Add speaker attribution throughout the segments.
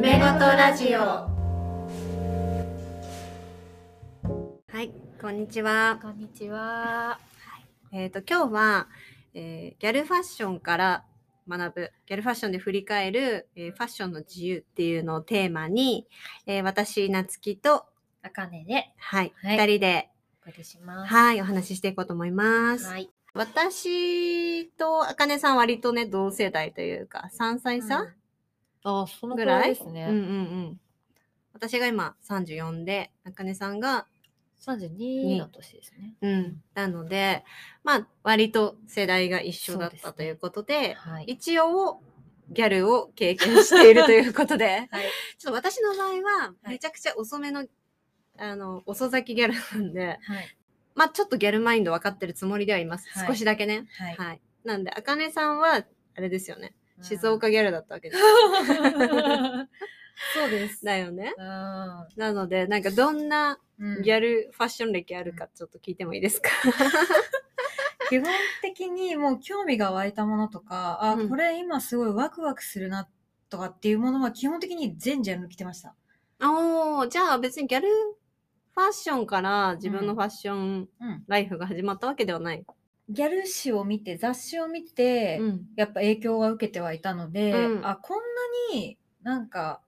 Speaker 1: めごとラジオ
Speaker 2: はい、こんにちは。
Speaker 1: こんにちは
Speaker 2: えっ、と今日は、えーギャルファッションから学ぶ、ギャルファッションで振り返る、えーファッションの自由っていうのをテーマに、えー私なつきと
Speaker 1: あかねで
Speaker 2: はい、
Speaker 1: はい
Speaker 2: 二人で
Speaker 1: お送りします
Speaker 2: はいお話ししていこうと思います。
Speaker 1: はい
Speaker 2: 私とあかねさん割とね同世代というか3歳差、
Speaker 1: あその
Speaker 2: ぐらい
Speaker 1: です
Speaker 2: うん、うんうん私が今34で、あかねさんが
Speaker 1: 三十二の年ですね
Speaker 2: うん、なので、まあ、割と世代が一緒だっ
Speaker 1: そうですね
Speaker 2: たということで、
Speaker 1: はい、
Speaker 2: 一応、ギャルを経験しているということで
Speaker 1: はい
Speaker 2: ちょっと私の場合は、
Speaker 1: い
Speaker 2: めちゃくちゃ遅めの、あの、遅咲きギャルなんで、
Speaker 1: はい
Speaker 2: まあ、ちょっとギャルマインド分かってるつもりではいます。
Speaker 1: はい
Speaker 2: 少しだけね。
Speaker 1: は
Speaker 2: はいい。なんで、あかねさんは、あれですよね。
Speaker 1: うん
Speaker 2: 静岡ギャルだったわけです。
Speaker 1: そうです
Speaker 2: だよね。
Speaker 1: うん
Speaker 2: なので、なんかどんな
Speaker 1: うん
Speaker 2: ギャルファッション歴あるかちょっと聞いてもいいですか、
Speaker 1: 基本的にもう興味が湧いたものとかあ、
Speaker 2: うん
Speaker 1: これ今すごいワクワクするなとかっていうものは基本的に全ジャンル着てました
Speaker 2: おー、じゃあ別にギャルファッションから自分のファッション
Speaker 1: うん
Speaker 2: ライフが始まったわけではない。
Speaker 1: ギャル誌を見て雑誌を見て、
Speaker 2: うん。
Speaker 1: やっぱ影響は受けてはいたので、
Speaker 2: うん
Speaker 1: あこんなになんか、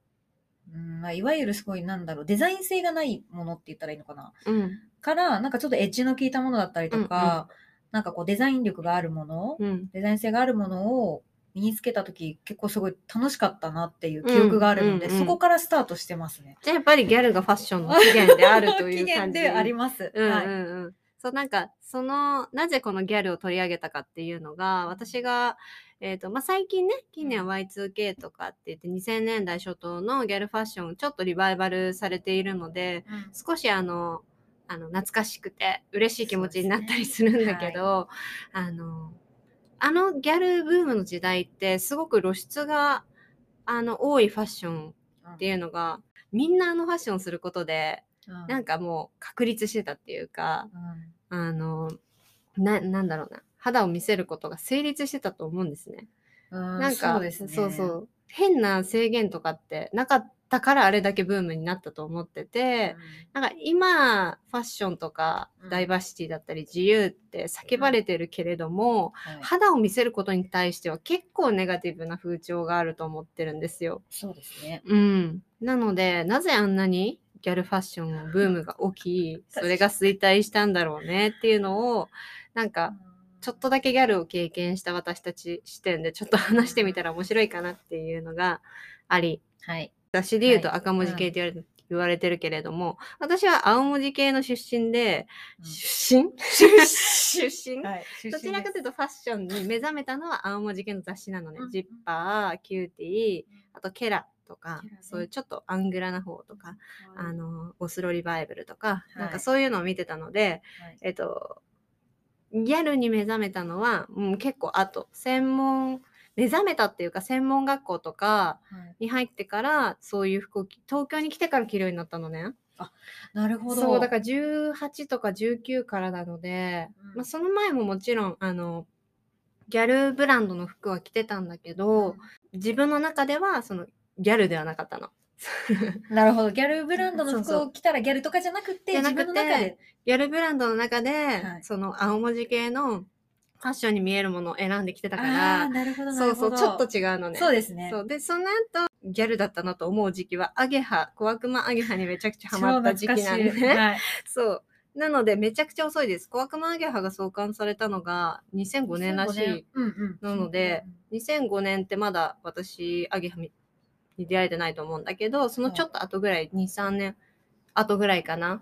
Speaker 1: うんまあ、いわゆるすごいなんだろうデザイン性がないものって言ったらいいのかな
Speaker 2: うん。
Speaker 1: からなんかちょっとエッジの効いたものだったりとか、なんかこうデザイン力があるもの、
Speaker 2: うん。
Speaker 1: デザイン性があるものを身につけた時結構すごい楽しかったなっていう記憶があるので、
Speaker 2: うんうんうん
Speaker 1: そこからスタートしてますね。
Speaker 2: じゃあやっぱりギャルがファッションの起源であるとい
Speaker 1: 起
Speaker 2: う感
Speaker 1: 源
Speaker 2: じ。
Speaker 1: であります。
Speaker 2: うんう
Speaker 1: はい
Speaker 2: んうん。そう、なんか、その、なぜこのギャルを取り上げたかっていうのが、私が、えっ、と、まあ、最近ね、近年は Y2K とかって言って、2000年代初頭のギャルファッション、ちょっとリバイバルされているので、
Speaker 1: うん
Speaker 2: 少しあのあの懐かしくて嬉しい気持ちになったりするんだけど、あのあのギャルブームの時代ってすごく露出があの多いファッションっていうのが、みんなあのファッションすることで
Speaker 1: うん
Speaker 2: なんかもう確立してたっていうか
Speaker 1: うん
Speaker 2: あのななんだろうな肌を見せることが成立してたと思うんですね。
Speaker 1: うん
Speaker 2: なんか
Speaker 1: そうですね。
Speaker 2: そうそう変な制限とかってなかったからあれだけブームになったと思って
Speaker 1: うん。
Speaker 2: て、なんか今、ファッションとか
Speaker 1: うん
Speaker 2: ダイバーシティだったり自由って叫ばれてるけれども、
Speaker 1: はい
Speaker 2: 肌を見せることに対しては結構ネガティブな風潮があると思ってるんですよ。
Speaker 1: そうですね。
Speaker 2: うん。なので、なぜあんなにギャルファッションのブームが起き、
Speaker 1: 確かに
Speaker 2: それが衰退したんだろうねっていうのを、なんか、ちょっとだけギャルを経験した私たち視点でちょっと話してみたら面白いかなっていうのがあり、
Speaker 1: はい。
Speaker 2: 雑誌で言うと
Speaker 1: はい
Speaker 2: 赤文字系って言われ,、言われてるけれども、私は青文字系の出身で、
Speaker 1: うん
Speaker 2: 出身出 身
Speaker 1: はい。出身で
Speaker 2: ど
Speaker 1: す
Speaker 2: ちらかというとファッションに目覚めたのは青文字系の雑誌なのね
Speaker 1: うん。
Speaker 2: ジッパー、キューティー、あとケラとか
Speaker 1: ケラね、
Speaker 2: そういうちょっとアングラな方とか、あの、オスロリバイブルとか、
Speaker 1: い
Speaker 2: なんかそういうのを見てたので、
Speaker 1: はい
Speaker 2: えっと、ギャルに目覚めたのは、うん、結構後、専門、目覚めたっていうか専門学校とか、
Speaker 1: はい
Speaker 2: に入ってからそういう服を着東京に来てから着るようになったのね
Speaker 1: なるほど。
Speaker 2: そうだから18とか19からなので、
Speaker 1: うん
Speaker 2: まあ、その前ももちろんあのギャルブランドの服は着てたんだけど自分の中ではそのギャルではなかったの
Speaker 1: なるほど。ギャルブランドの
Speaker 2: そう
Speaker 1: 服
Speaker 2: そ
Speaker 1: を着たらギャルとかじゃなくて、
Speaker 2: じゃな
Speaker 1: 自
Speaker 2: くて
Speaker 1: 分の中で。
Speaker 2: ギャルブランドの中で、
Speaker 1: はい
Speaker 2: その青文字系のファッションに見えるものを選んできてたか
Speaker 1: あー
Speaker 2: ら
Speaker 1: なるほど、な
Speaker 2: そ
Speaker 1: る
Speaker 2: う
Speaker 1: ほ
Speaker 2: そ
Speaker 1: ど。
Speaker 2: うちょっと違うのね
Speaker 1: そうですね。
Speaker 2: そうでその後ギャルだったなと思う時期はアゲハ小悪魔アゲハにめちゃくちゃハマった時期なんで
Speaker 1: 超懐かしい
Speaker 2: ね
Speaker 1: はい
Speaker 2: そう。なので、めちゃくちゃ遅いです。小悪魔アゲハが創刊されたのが2005年らしい。。
Speaker 1: うんうん。
Speaker 2: なので、2005年ってまだ私、アゲハに出会えてないと思うんだけど、そのちょっと後ぐらい、2、3年後ぐらいかな。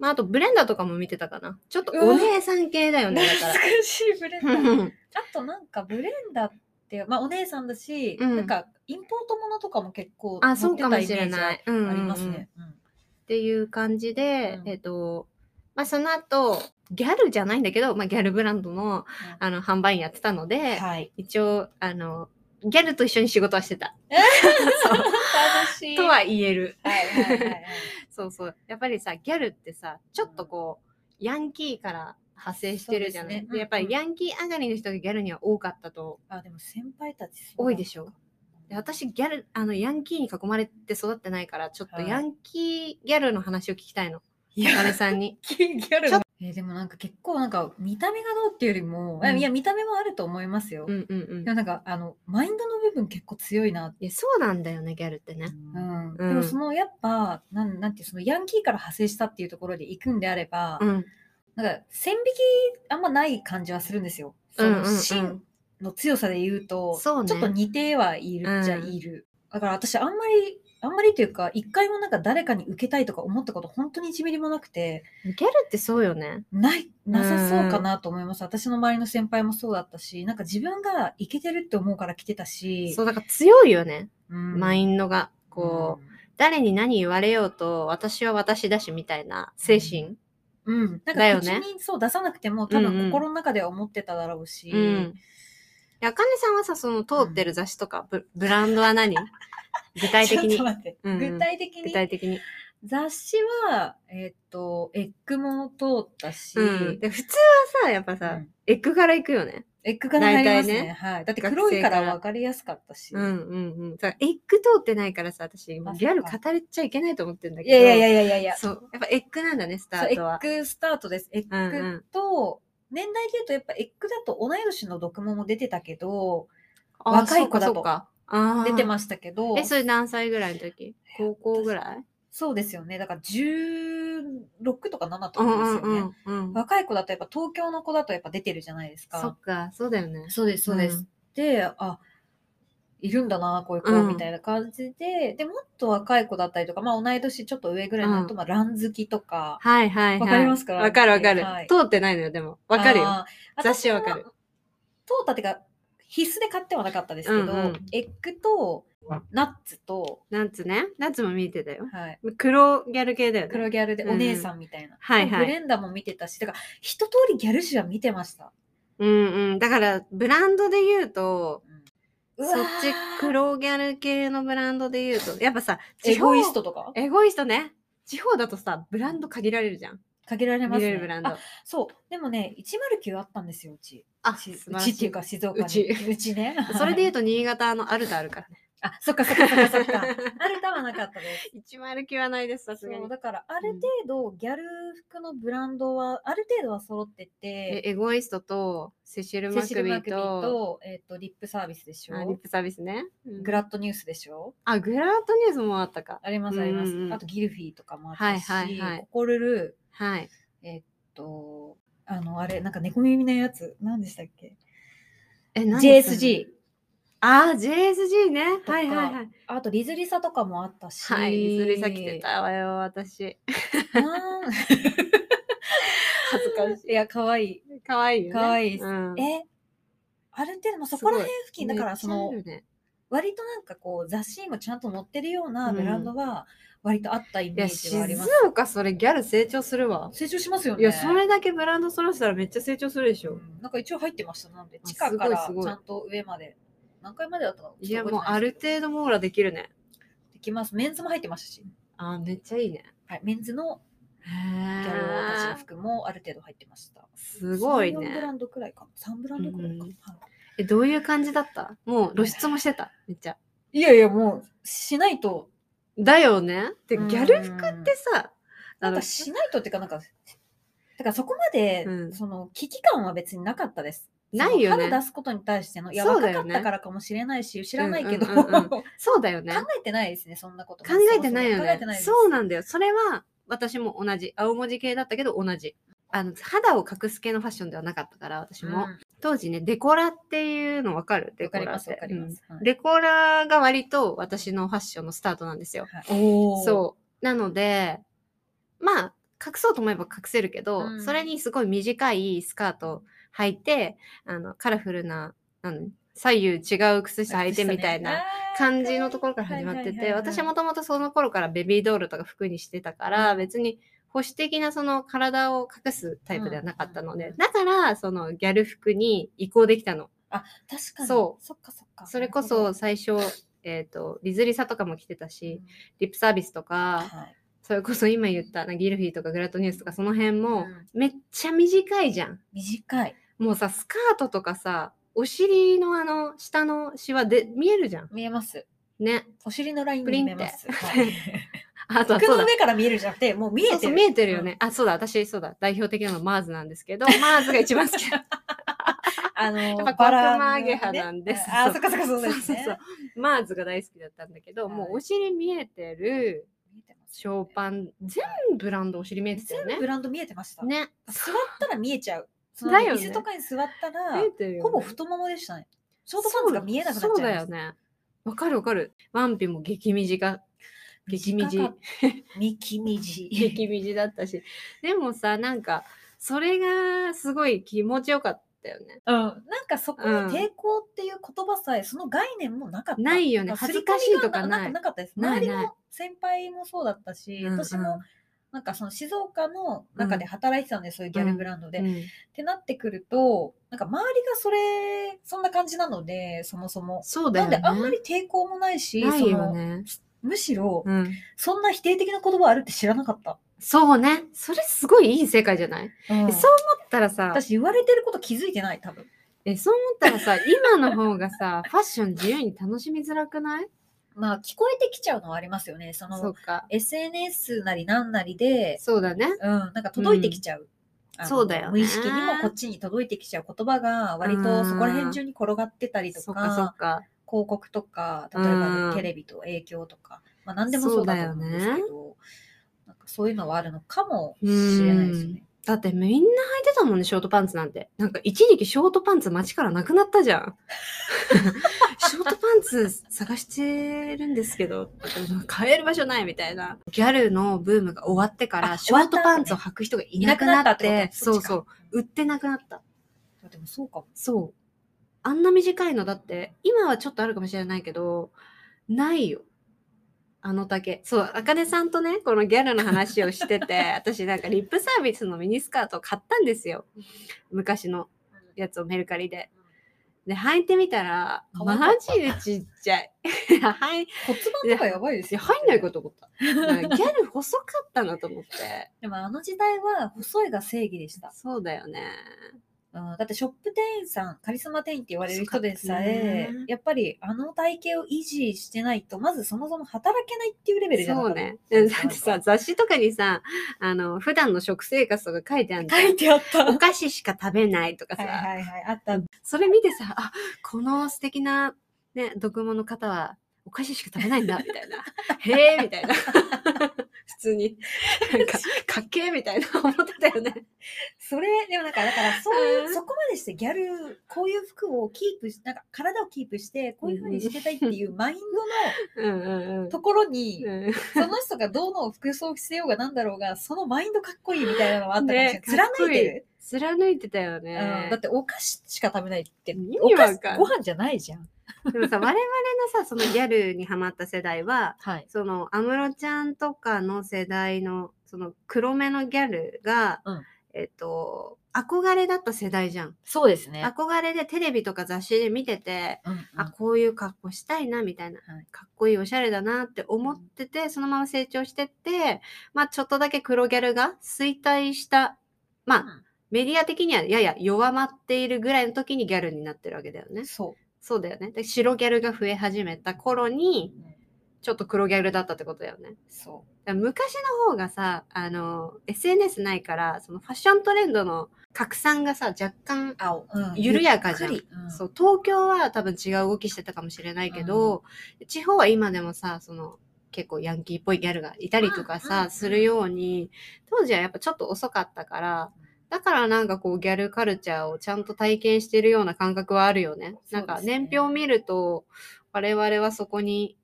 Speaker 2: まあ、あと、ブレンダーとかも見てたかな。ちょっとお姉さん系だよ
Speaker 1: 懐
Speaker 2: ね、だか。
Speaker 1: からしいブレンダー。 あとなんかブレンダーって、まあお姉さんだし、
Speaker 2: うん
Speaker 1: なんかインポートものとかも結 構。
Speaker 2: あ、そうかもしれないい。うんうんうん
Speaker 1: ありますね。うん
Speaker 2: っていう感じで、
Speaker 1: うん
Speaker 2: えっ、と、まあ、その後、ギャルじゃないんだけど、まあ、ギャルブランドの、あの、販売員やってたので、
Speaker 1: はい。
Speaker 2: 一応、あの、ギャルと一緒に仕事はしてた。
Speaker 1: 楽しい。
Speaker 2: と
Speaker 1: は
Speaker 2: は
Speaker 1: い
Speaker 2: 言える。
Speaker 1: はいはいはい。
Speaker 2: そうそう。やっぱりさ、ギャルってさ、ちょっとこう、ヤンキーから派生してるじゃない、
Speaker 1: そうですね
Speaker 2: でやっぱ
Speaker 1: う
Speaker 2: り
Speaker 1: んうん
Speaker 2: ヤンキー上がりの人がギャルには多かったと
Speaker 1: あ、でも先輩たちそうだ
Speaker 2: 多いでしょで私ギャルあのヤンキーに囲まれて育ってないからちょっと
Speaker 1: はい
Speaker 2: ヤンキーギャルの話を聞きたいの
Speaker 1: い
Speaker 2: あれさん に
Speaker 1: ギャルのえーでもなんか結構なんか見た目がどうっていうよりも、あ
Speaker 2: うん
Speaker 1: いや見た目もあると思いますよ、
Speaker 2: うんうんうん
Speaker 1: でもなんかあのマインドの部分結構強いな、
Speaker 2: いやそうなんだよねギャルってね
Speaker 1: うん
Speaker 2: うん
Speaker 1: でもそのやっぱなんなんていうそのヤンキーから派生したっていうところで行くんであれば、
Speaker 2: うん
Speaker 1: なんか線引きあんまない感じはするんですよそ
Speaker 2: うんうん
Speaker 1: の
Speaker 2: うん
Speaker 1: 芯の強さで言うと、
Speaker 2: そうね
Speaker 1: ちょっと似てはいるっちゃいる、だから私あんまりあんまりというか一回もなんか誰かに受けたいとか思ったこと本当に1ミリもなくて
Speaker 2: ギャルってそうよね
Speaker 1: ないなさそうかなと思います、私の周りの先輩もそうだったしなんか自分がイケてるって思うから来てたし
Speaker 2: そうだから強いよね、
Speaker 1: うん
Speaker 2: マインドがこう、誰に何言われようと私は私だしみたいな精神
Speaker 1: うん、うん、なん
Speaker 2: だ
Speaker 1: か
Speaker 2: よ
Speaker 1: 口
Speaker 2: ね
Speaker 1: にそう出さなくても多
Speaker 2: うんうん
Speaker 1: 分心の中では思ってただろうし、
Speaker 2: うんであかねさんはさその通ってる雑誌とか、ブブランドは 何具体的
Speaker 1: ちょっ
Speaker 2: に
Speaker 1: と待って、
Speaker 2: うんうん
Speaker 1: 具体的に
Speaker 2: 具体的に、
Speaker 1: 雑誌は、えっと、エッグも通ったし、
Speaker 2: うん、で普通はさやっぱさ、
Speaker 1: うん
Speaker 2: エッグから行くよね
Speaker 1: エッグから入りま
Speaker 2: 大体
Speaker 1: すね。
Speaker 2: ね
Speaker 1: はい。だって
Speaker 2: 学生
Speaker 1: 黒いか
Speaker 2: からら
Speaker 1: 分かりやすかったし。
Speaker 2: うんうんうん。だからエッグ通ってないからさ、私、もうギャル語れちゃいけないと思ってんだけ
Speaker 1: い
Speaker 2: ど。
Speaker 1: やいやいやいやいやいや。
Speaker 2: そう。やっぱエッグなんだね、スタ
Speaker 1: そう
Speaker 2: ー
Speaker 1: エ
Speaker 2: トは。
Speaker 1: ッグスタートです。エ
Speaker 2: うんう
Speaker 1: ッグ
Speaker 2: ん
Speaker 1: と、年代で言うとやっぱエッグだと同い年の読モも出てたけど、
Speaker 2: あ
Speaker 1: 若い子だと
Speaker 2: そうかそうかあ
Speaker 1: 出て
Speaker 2: す。
Speaker 1: ましたけど、
Speaker 2: え、それ何歳ぐらいの時高校ぐらい
Speaker 1: そうですよね。だから16とか7と
Speaker 2: う
Speaker 1: か
Speaker 2: ん
Speaker 1: で
Speaker 2: う
Speaker 1: すよね。
Speaker 2: んうんうん。
Speaker 1: 若い子だとやっぱ東京の子だとやっぱ出てるじゃないですか。
Speaker 2: そっか、そうだよね。
Speaker 1: そうです、そうです。
Speaker 2: うん
Speaker 1: で、あ、いるんだな、こういう子、
Speaker 2: うん
Speaker 1: みたいな感じで、で、もっと若い子だったりとか、まあ同い年ちょっと上ぐらいになると、
Speaker 2: う
Speaker 1: まあラン好きとか。
Speaker 2: はいはいはい。
Speaker 1: わかりますか
Speaker 2: わかるわかる
Speaker 1: は。い
Speaker 2: 通ってないのよ、でも。わかるよ。
Speaker 1: あー。
Speaker 2: 雑誌はわか
Speaker 1: 私
Speaker 2: る
Speaker 1: も。通ったっていうか、必須で買ってはなかったですけど、
Speaker 2: うんうん
Speaker 1: エッグと、ナッツと、
Speaker 2: なんつね。なんつも見てたよ。
Speaker 1: はい。
Speaker 2: 黒ギャル系だよね。
Speaker 1: 黒ギャルでお姉さんみたいな。
Speaker 2: はいはい
Speaker 1: ブレンダも見てたし、だから一通りギャル誌は見てました。
Speaker 2: うんうん。だから、ブランドで言うと、
Speaker 1: う
Speaker 2: そ
Speaker 1: わ
Speaker 2: っ
Speaker 1: ー
Speaker 2: ち黒ギャル系のブランドで言うと、やっぱさ、
Speaker 1: エ
Speaker 2: 地方
Speaker 1: ゴイストとか
Speaker 2: エゴイストね。地方だとさ、ブランド限られるじゃん。
Speaker 1: 限られま
Speaker 2: 見
Speaker 1: す
Speaker 2: れ
Speaker 1: ね。
Speaker 2: るブランド。
Speaker 1: あそう。でもね、109あったんですよ、うち。
Speaker 2: あ、
Speaker 1: うち
Speaker 2: 素晴
Speaker 1: う
Speaker 2: ら
Speaker 1: ち
Speaker 2: し
Speaker 1: っていう
Speaker 2: い。
Speaker 1: か静岡に
Speaker 2: うち
Speaker 1: うちね
Speaker 2: それで言うと、新潟のアルタあるからね。
Speaker 1: あそっかそっかそっか そっか アルタはなかったです
Speaker 2: 109はないです、さすが
Speaker 1: そ
Speaker 2: に
Speaker 1: う。だからある程度ギャル服のブランドはある程度は揃って
Speaker 2: え
Speaker 1: て、
Speaker 2: エゴイストと、セシル・マ
Speaker 1: セ
Speaker 2: ク
Speaker 1: シ
Speaker 2: ビ
Speaker 1: ル・マ
Speaker 2: ー
Speaker 1: クビー
Speaker 2: と、
Speaker 1: と,、えー、とリップサービスでしょ
Speaker 2: あリップサービスね。うん
Speaker 1: グラッドニュースでしょ
Speaker 2: あ、グラッドニュースもあったか。
Speaker 1: ありますあります、
Speaker 2: うんうん
Speaker 1: あとギルフィーとかもあったし、
Speaker 2: はいはいはい
Speaker 1: ココルル
Speaker 2: はい。
Speaker 1: とあのあれなんか猫耳のやつ何でしたっけ
Speaker 2: え、何ですかね。
Speaker 1: JSG
Speaker 2: あ、JSG ね。
Speaker 1: とか
Speaker 2: はいはいはい。
Speaker 1: あとリズリサとかもあったし
Speaker 2: はい、いずれさ来てたわよ、私。
Speaker 1: なん
Speaker 2: 恥ずかし
Speaker 1: いや可愛い
Speaker 2: い。かわいいよね。
Speaker 1: 可愛いです
Speaker 2: うん
Speaker 1: えある程度、まあ、そこら辺付近だから
Speaker 2: めっち
Speaker 1: そ
Speaker 2: ゃ
Speaker 1: の
Speaker 2: あるね
Speaker 1: 割となんかこう雑誌にもちゃんと載ってるよう
Speaker 2: う
Speaker 1: なんブランドは割とあったイ
Speaker 2: い
Speaker 1: メ
Speaker 2: や、
Speaker 1: ージ
Speaker 2: 静
Speaker 1: はあります、
Speaker 2: 岡それギャル成長するわ。
Speaker 1: 成長しますよね
Speaker 2: いや、それだけブランド揃えてたらめっちゃ成長するでし
Speaker 1: う
Speaker 2: ょ。
Speaker 1: んなんか一応入ってましたなんで
Speaker 2: あ
Speaker 1: 地下か
Speaker 2: す
Speaker 1: ら
Speaker 2: ごいすごい
Speaker 1: ちゃんと上まで何階までだったか
Speaker 2: いや、もう
Speaker 1: 覚
Speaker 2: あ
Speaker 1: えてない
Speaker 2: る
Speaker 1: ですけど
Speaker 2: 程度網羅できるね。
Speaker 1: できますメンズも入ってましたし、
Speaker 2: あー、めっちゃいいね。
Speaker 1: はい、メンズの
Speaker 2: へ
Speaker 1: ギャルたちの服もある程度入ってました
Speaker 2: すごい
Speaker 1: 3 4ブラ
Speaker 2: ね。
Speaker 1: ンドくらいかも3ブランドくらいか
Speaker 2: う
Speaker 1: も、
Speaker 2: ん
Speaker 1: は
Speaker 2: え、どういう感じだったもう露出もしてた。めっちゃ。
Speaker 1: い、いやいやもうしないと
Speaker 2: だよね。で、ギ
Speaker 1: うん
Speaker 2: ャル服ってさ、
Speaker 1: なん
Speaker 2: の
Speaker 1: かしないとっていうか、なんか、だからそこまで、
Speaker 2: うん
Speaker 1: その危機感は別になかったです。
Speaker 2: ないよね
Speaker 1: その肌出すことに対しての、いや、
Speaker 2: そうだ
Speaker 1: 若
Speaker 2: よ
Speaker 1: か
Speaker 2: ね
Speaker 1: ったからかもしれないし、知らないけど、
Speaker 2: うんうんうんうん
Speaker 1: 考
Speaker 2: そうだよね。
Speaker 1: えてないですね、そんなこと。
Speaker 2: 考えてないよ
Speaker 1: 考え
Speaker 2: ね
Speaker 1: てない。です。
Speaker 2: そうなんだよ。それは、私も同じ。青文字系だったけど同じ。あの、肌を隠す系のファッションではなかったから、私
Speaker 1: うん
Speaker 2: も。当時ね、デコラっていうのわかるデ
Speaker 1: わ
Speaker 2: コ
Speaker 1: かり
Speaker 2: ラ
Speaker 1: ま
Speaker 2: っ
Speaker 1: す、わ
Speaker 2: て
Speaker 1: か。ります。
Speaker 2: うん
Speaker 1: はい
Speaker 2: デコラが割と私のファッションのスタートなんですよ。
Speaker 1: はいおー
Speaker 2: そう。なので、まあ、隠そうと思えば隠せるけど、
Speaker 1: うん
Speaker 2: それにすごい短いスカート履いて、あの、カラフルな、なん左右違う靴下履いてみたいな。感じのところから始まってて、私はもともとその頃からベビードールとか服にしてたから、別に保守的なその体を隠すタイプではなかったの
Speaker 1: うん
Speaker 2: で
Speaker 1: う、ん
Speaker 2: だからそのギャル服に移行できたの。
Speaker 1: 確かに。。
Speaker 2: そう
Speaker 1: そっかそっか。
Speaker 2: それこ
Speaker 1: な
Speaker 2: そ
Speaker 1: る
Speaker 2: 最初、えっ、と、リズリサとかも着てた
Speaker 1: ほど、
Speaker 2: し、リップサービスとか、
Speaker 1: はい
Speaker 2: それこそ今言ったなんかギルフィーとかグラッドニュースとかその辺
Speaker 1: う
Speaker 2: も
Speaker 1: ん
Speaker 2: めっちゃ短いじゃん。
Speaker 1: 短い。
Speaker 2: もうさ、スカートとかさ、お尻のあの下のシワで見えるじゃん
Speaker 1: 見えます。
Speaker 2: ね
Speaker 1: お尻のライン
Speaker 2: プリ
Speaker 1: に
Speaker 2: ン
Speaker 1: 見えます。はい
Speaker 2: あとは
Speaker 1: 服
Speaker 2: そう
Speaker 1: の
Speaker 2: だ
Speaker 1: 上から見えるじゃなくて、もう見え
Speaker 2: そうそ
Speaker 1: て
Speaker 2: う
Speaker 1: る。
Speaker 2: 見えてるよね、あそうだ私そうだ代表的なのマーズなんです けどマーズが一番好きだ
Speaker 1: あの
Speaker 2: っぱ角曲げ派なんです
Speaker 1: ねあ、そっかそっかそうですね。
Speaker 2: そうそうマーズが大好きだったんだけど、
Speaker 1: はい
Speaker 2: もうお尻見えてる
Speaker 1: 見えてます
Speaker 2: ショーパン全ブランドお尻見えてたよ
Speaker 1: 全
Speaker 2: ね
Speaker 1: 部ブランド見えてました。
Speaker 2: ね
Speaker 1: 座ったら見えちゃう。その
Speaker 2: だよ
Speaker 1: 椅
Speaker 2: ね
Speaker 1: 子とかに座ったら
Speaker 2: 見え、てるよね
Speaker 1: ほぼ太ももでしたね。ショートパンツが見えなくなっ
Speaker 2: そう
Speaker 1: ちゃ
Speaker 2: だ
Speaker 1: いま
Speaker 2: よ
Speaker 1: す。
Speaker 2: ねわかるわかるワンピも激短激
Speaker 1: 短か
Speaker 2: 短
Speaker 1: っみきみじ。
Speaker 2: 激短だったしでもさなんかそれがすごい気持ちよかったよね
Speaker 1: うん、なんかそこに抵抗っていう言葉さえ、その概念もなかった。
Speaker 2: ないよね
Speaker 1: あ
Speaker 2: 恥ずかしいとかない
Speaker 1: 刷り込みがんかなかったです。
Speaker 2: ない
Speaker 1: 周り
Speaker 2: ない
Speaker 1: の先輩もそうだったし、
Speaker 2: うんうん
Speaker 1: 私もなんかその静岡の中で働いてたんで、そういうギャルブランドで、っ
Speaker 2: ん
Speaker 1: てなってくると、なんか周りがそれ、そんな感じなので、そもそも。
Speaker 2: そうだ
Speaker 1: な
Speaker 2: よね
Speaker 1: んであんまり抵抗もないし、
Speaker 2: ないよ
Speaker 1: その
Speaker 2: ね
Speaker 1: むしろ、
Speaker 2: うん
Speaker 1: そんな否定的な言葉あるって知らなかった。
Speaker 2: そうねそれすごいいい世界じゃない、
Speaker 1: うん
Speaker 2: えそう思ったらさ
Speaker 1: 私言われてること気づいてない、多分。
Speaker 2: えそう思ったらさ今の方がさファッション自由に楽しみづらくない
Speaker 1: まあ聞こえてきちゃうのはありますよね。そ
Speaker 2: そ
Speaker 1: の
Speaker 2: うか
Speaker 1: SNS なりなんなりで、
Speaker 2: そうだね
Speaker 1: うん、なんか届いてきちゃう。あの
Speaker 2: そうだよね
Speaker 1: 無意識にもこっちに届いてきちゃう言葉が割とそこら辺中に転がってたりと
Speaker 2: そ
Speaker 1: か
Speaker 2: っかそっか
Speaker 1: 広告とか例え
Speaker 2: うん
Speaker 1: ばテレビと影響とか、まあ、何でもそうだと思うんです
Speaker 2: そ
Speaker 1: け
Speaker 2: うだ
Speaker 1: どなんかそういうのはあるのかもしれないですよね。
Speaker 2: だってみんな履いてたもんね、ショートパンツなんて。なんか一時期ショートパンツ街からなくなったじ ゃん。ショートパンツ探してるんですけど、買える場所ないみたいな。ギャルのブームが終わってから、
Speaker 1: あ
Speaker 2: ショートパンツを履く人がいなくなって、
Speaker 1: いなくなったってこと
Speaker 2: そうそ
Speaker 1: そっ
Speaker 2: う、売ってなくなった。
Speaker 1: でもそうかも。
Speaker 2: そう。あんな短いのだって、今はちょっとあるかもしれないけど、ないよ。あの丈。そう、あかねさんとね、このギャルの話をして て、私なんかリップサービスのミニスカートを買ったんですよ。昔のやつをメルカリで。で、履いてみたら、
Speaker 1: 可
Speaker 2: マ
Speaker 1: 愛かっ
Speaker 2: ジでちっちゃい。 はい。
Speaker 1: 骨盤とかやばいです
Speaker 2: いや
Speaker 1: よ、
Speaker 2: 入んないかと思った。なんかギャル細かったなと思って。
Speaker 1: でもあの時代は細いが正義でした。
Speaker 2: そうだよね。
Speaker 1: うんだってショップ店員さんカリスマ店員って言われる人でさ
Speaker 2: そう
Speaker 1: え
Speaker 2: かね
Speaker 1: やっぱりあの体型を維持してないとまずそもそも働けないっていうレベルじゃな
Speaker 2: そう
Speaker 1: かった
Speaker 2: ね。だってさ、雑誌とかにさ、あの、普段の食生活とか書いてあるじゃん
Speaker 1: 書いてあった。
Speaker 2: お菓子しか食べないとかさ、
Speaker 1: はいはいはい、あった。
Speaker 2: それ見てさ、あ、この素敵な、ね、読モの方は、お菓子しか食べないんだ、みたい な。へえ、みたいな。 普通に、なんか、かっけえ、みたいな思ってたよね。
Speaker 1: それ、でもなんか、だから、そういうう、
Speaker 2: ん
Speaker 1: そこまでしてギャル、こういう服をキープし、なんか、体をキープして、こういうふうにしてたいっていうマインド
Speaker 2: うんうんうん
Speaker 1: の。ところに、
Speaker 2: うん
Speaker 1: その人がどうの服装をしてようがなんだろうが、そのマインドかっこいいみたいなのはあったかもしれない
Speaker 2: ねかっこいい
Speaker 1: 貫いてる、
Speaker 2: 貫いてたよ
Speaker 1: うんだっ
Speaker 2: ね。
Speaker 1: て、お菓子しか食べないって、
Speaker 2: 意
Speaker 1: お
Speaker 2: 味
Speaker 1: 菓
Speaker 2: わか
Speaker 1: 子
Speaker 2: んない
Speaker 1: ご飯じゃないじゃん。
Speaker 2: でもさ、我々のさ、そのギャルにハマった世代は、
Speaker 1: はい。
Speaker 2: その安室ちゃんとかの世代のその黒目のギャルが、
Speaker 1: うん
Speaker 2: えっと憧れだった世代じゃん。
Speaker 1: そうですね。
Speaker 2: 憧れでテレビとか雑誌で見てて、
Speaker 1: うんうん
Speaker 2: あこういう格好したいなみたいな、
Speaker 1: はい
Speaker 2: かっこいいおしゃれだなって思ってて、そのまま成長してって、まあ、ちょっとだけ黒ギャルが衰退したまあ、
Speaker 1: うん
Speaker 2: メディア的にはやや弱まっているぐらいの時にギャルになってるわけだよね。
Speaker 1: そ
Speaker 2: そうだよね。で白ギャルが増え始めた頃
Speaker 1: う
Speaker 2: に。ちょっと黒ギャルだったってことだよね。
Speaker 1: そ
Speaker 2: だから昔の方がさあの SNS ないからそのファッショントレンドの拡散がさ若干
Speaker 1: う。青。うん
Speaker 2: 緩やかじゃん
Speaker 1: ゆっくりうん
Speaker 2: そう東京は多分違う動きしてたかもしれないけど、地方は今でもさその結構ヤンキーっぽいギャルがいたりとか
Speaker 1: うんうん
Speaker 2: さ、
Speaker 1: うん
Speaker 2: するように当時はやっぱちょっと遅かったからだからなんかこうギャルカルチャーをちゃんと体験してるような感覚はあるよね。なんか
Speaker 1: そうです
Speaker 2: 年表
Speaker 1: ね
Speaker 2: を見ると我々はそこに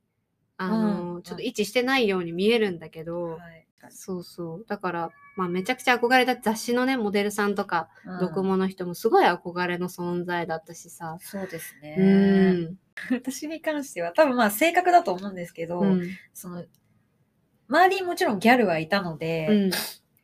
Speaker 2: あの、
Speaker 1: うん
Speaker 2: ちょっと位置してないように見えるんだけど、
Speaker 1: はい
Speaker 2: そうそう。だから、まあ、めちゃくちゃ憧れだ雑誌のね、モデルさんとか、
Speaker 1: うん
Speaker 2: 読モの人もすごい憧れの存在だったしさ。
Speaker 1: そうですね。
Speaker 2: うん。
Speaker 1: 私に関しては多分まあ性格だと思うんですけど、
Speaker 2: うん。
Speaker 1: その周りにもちろんギャルはいたので、
Speaker 2: うん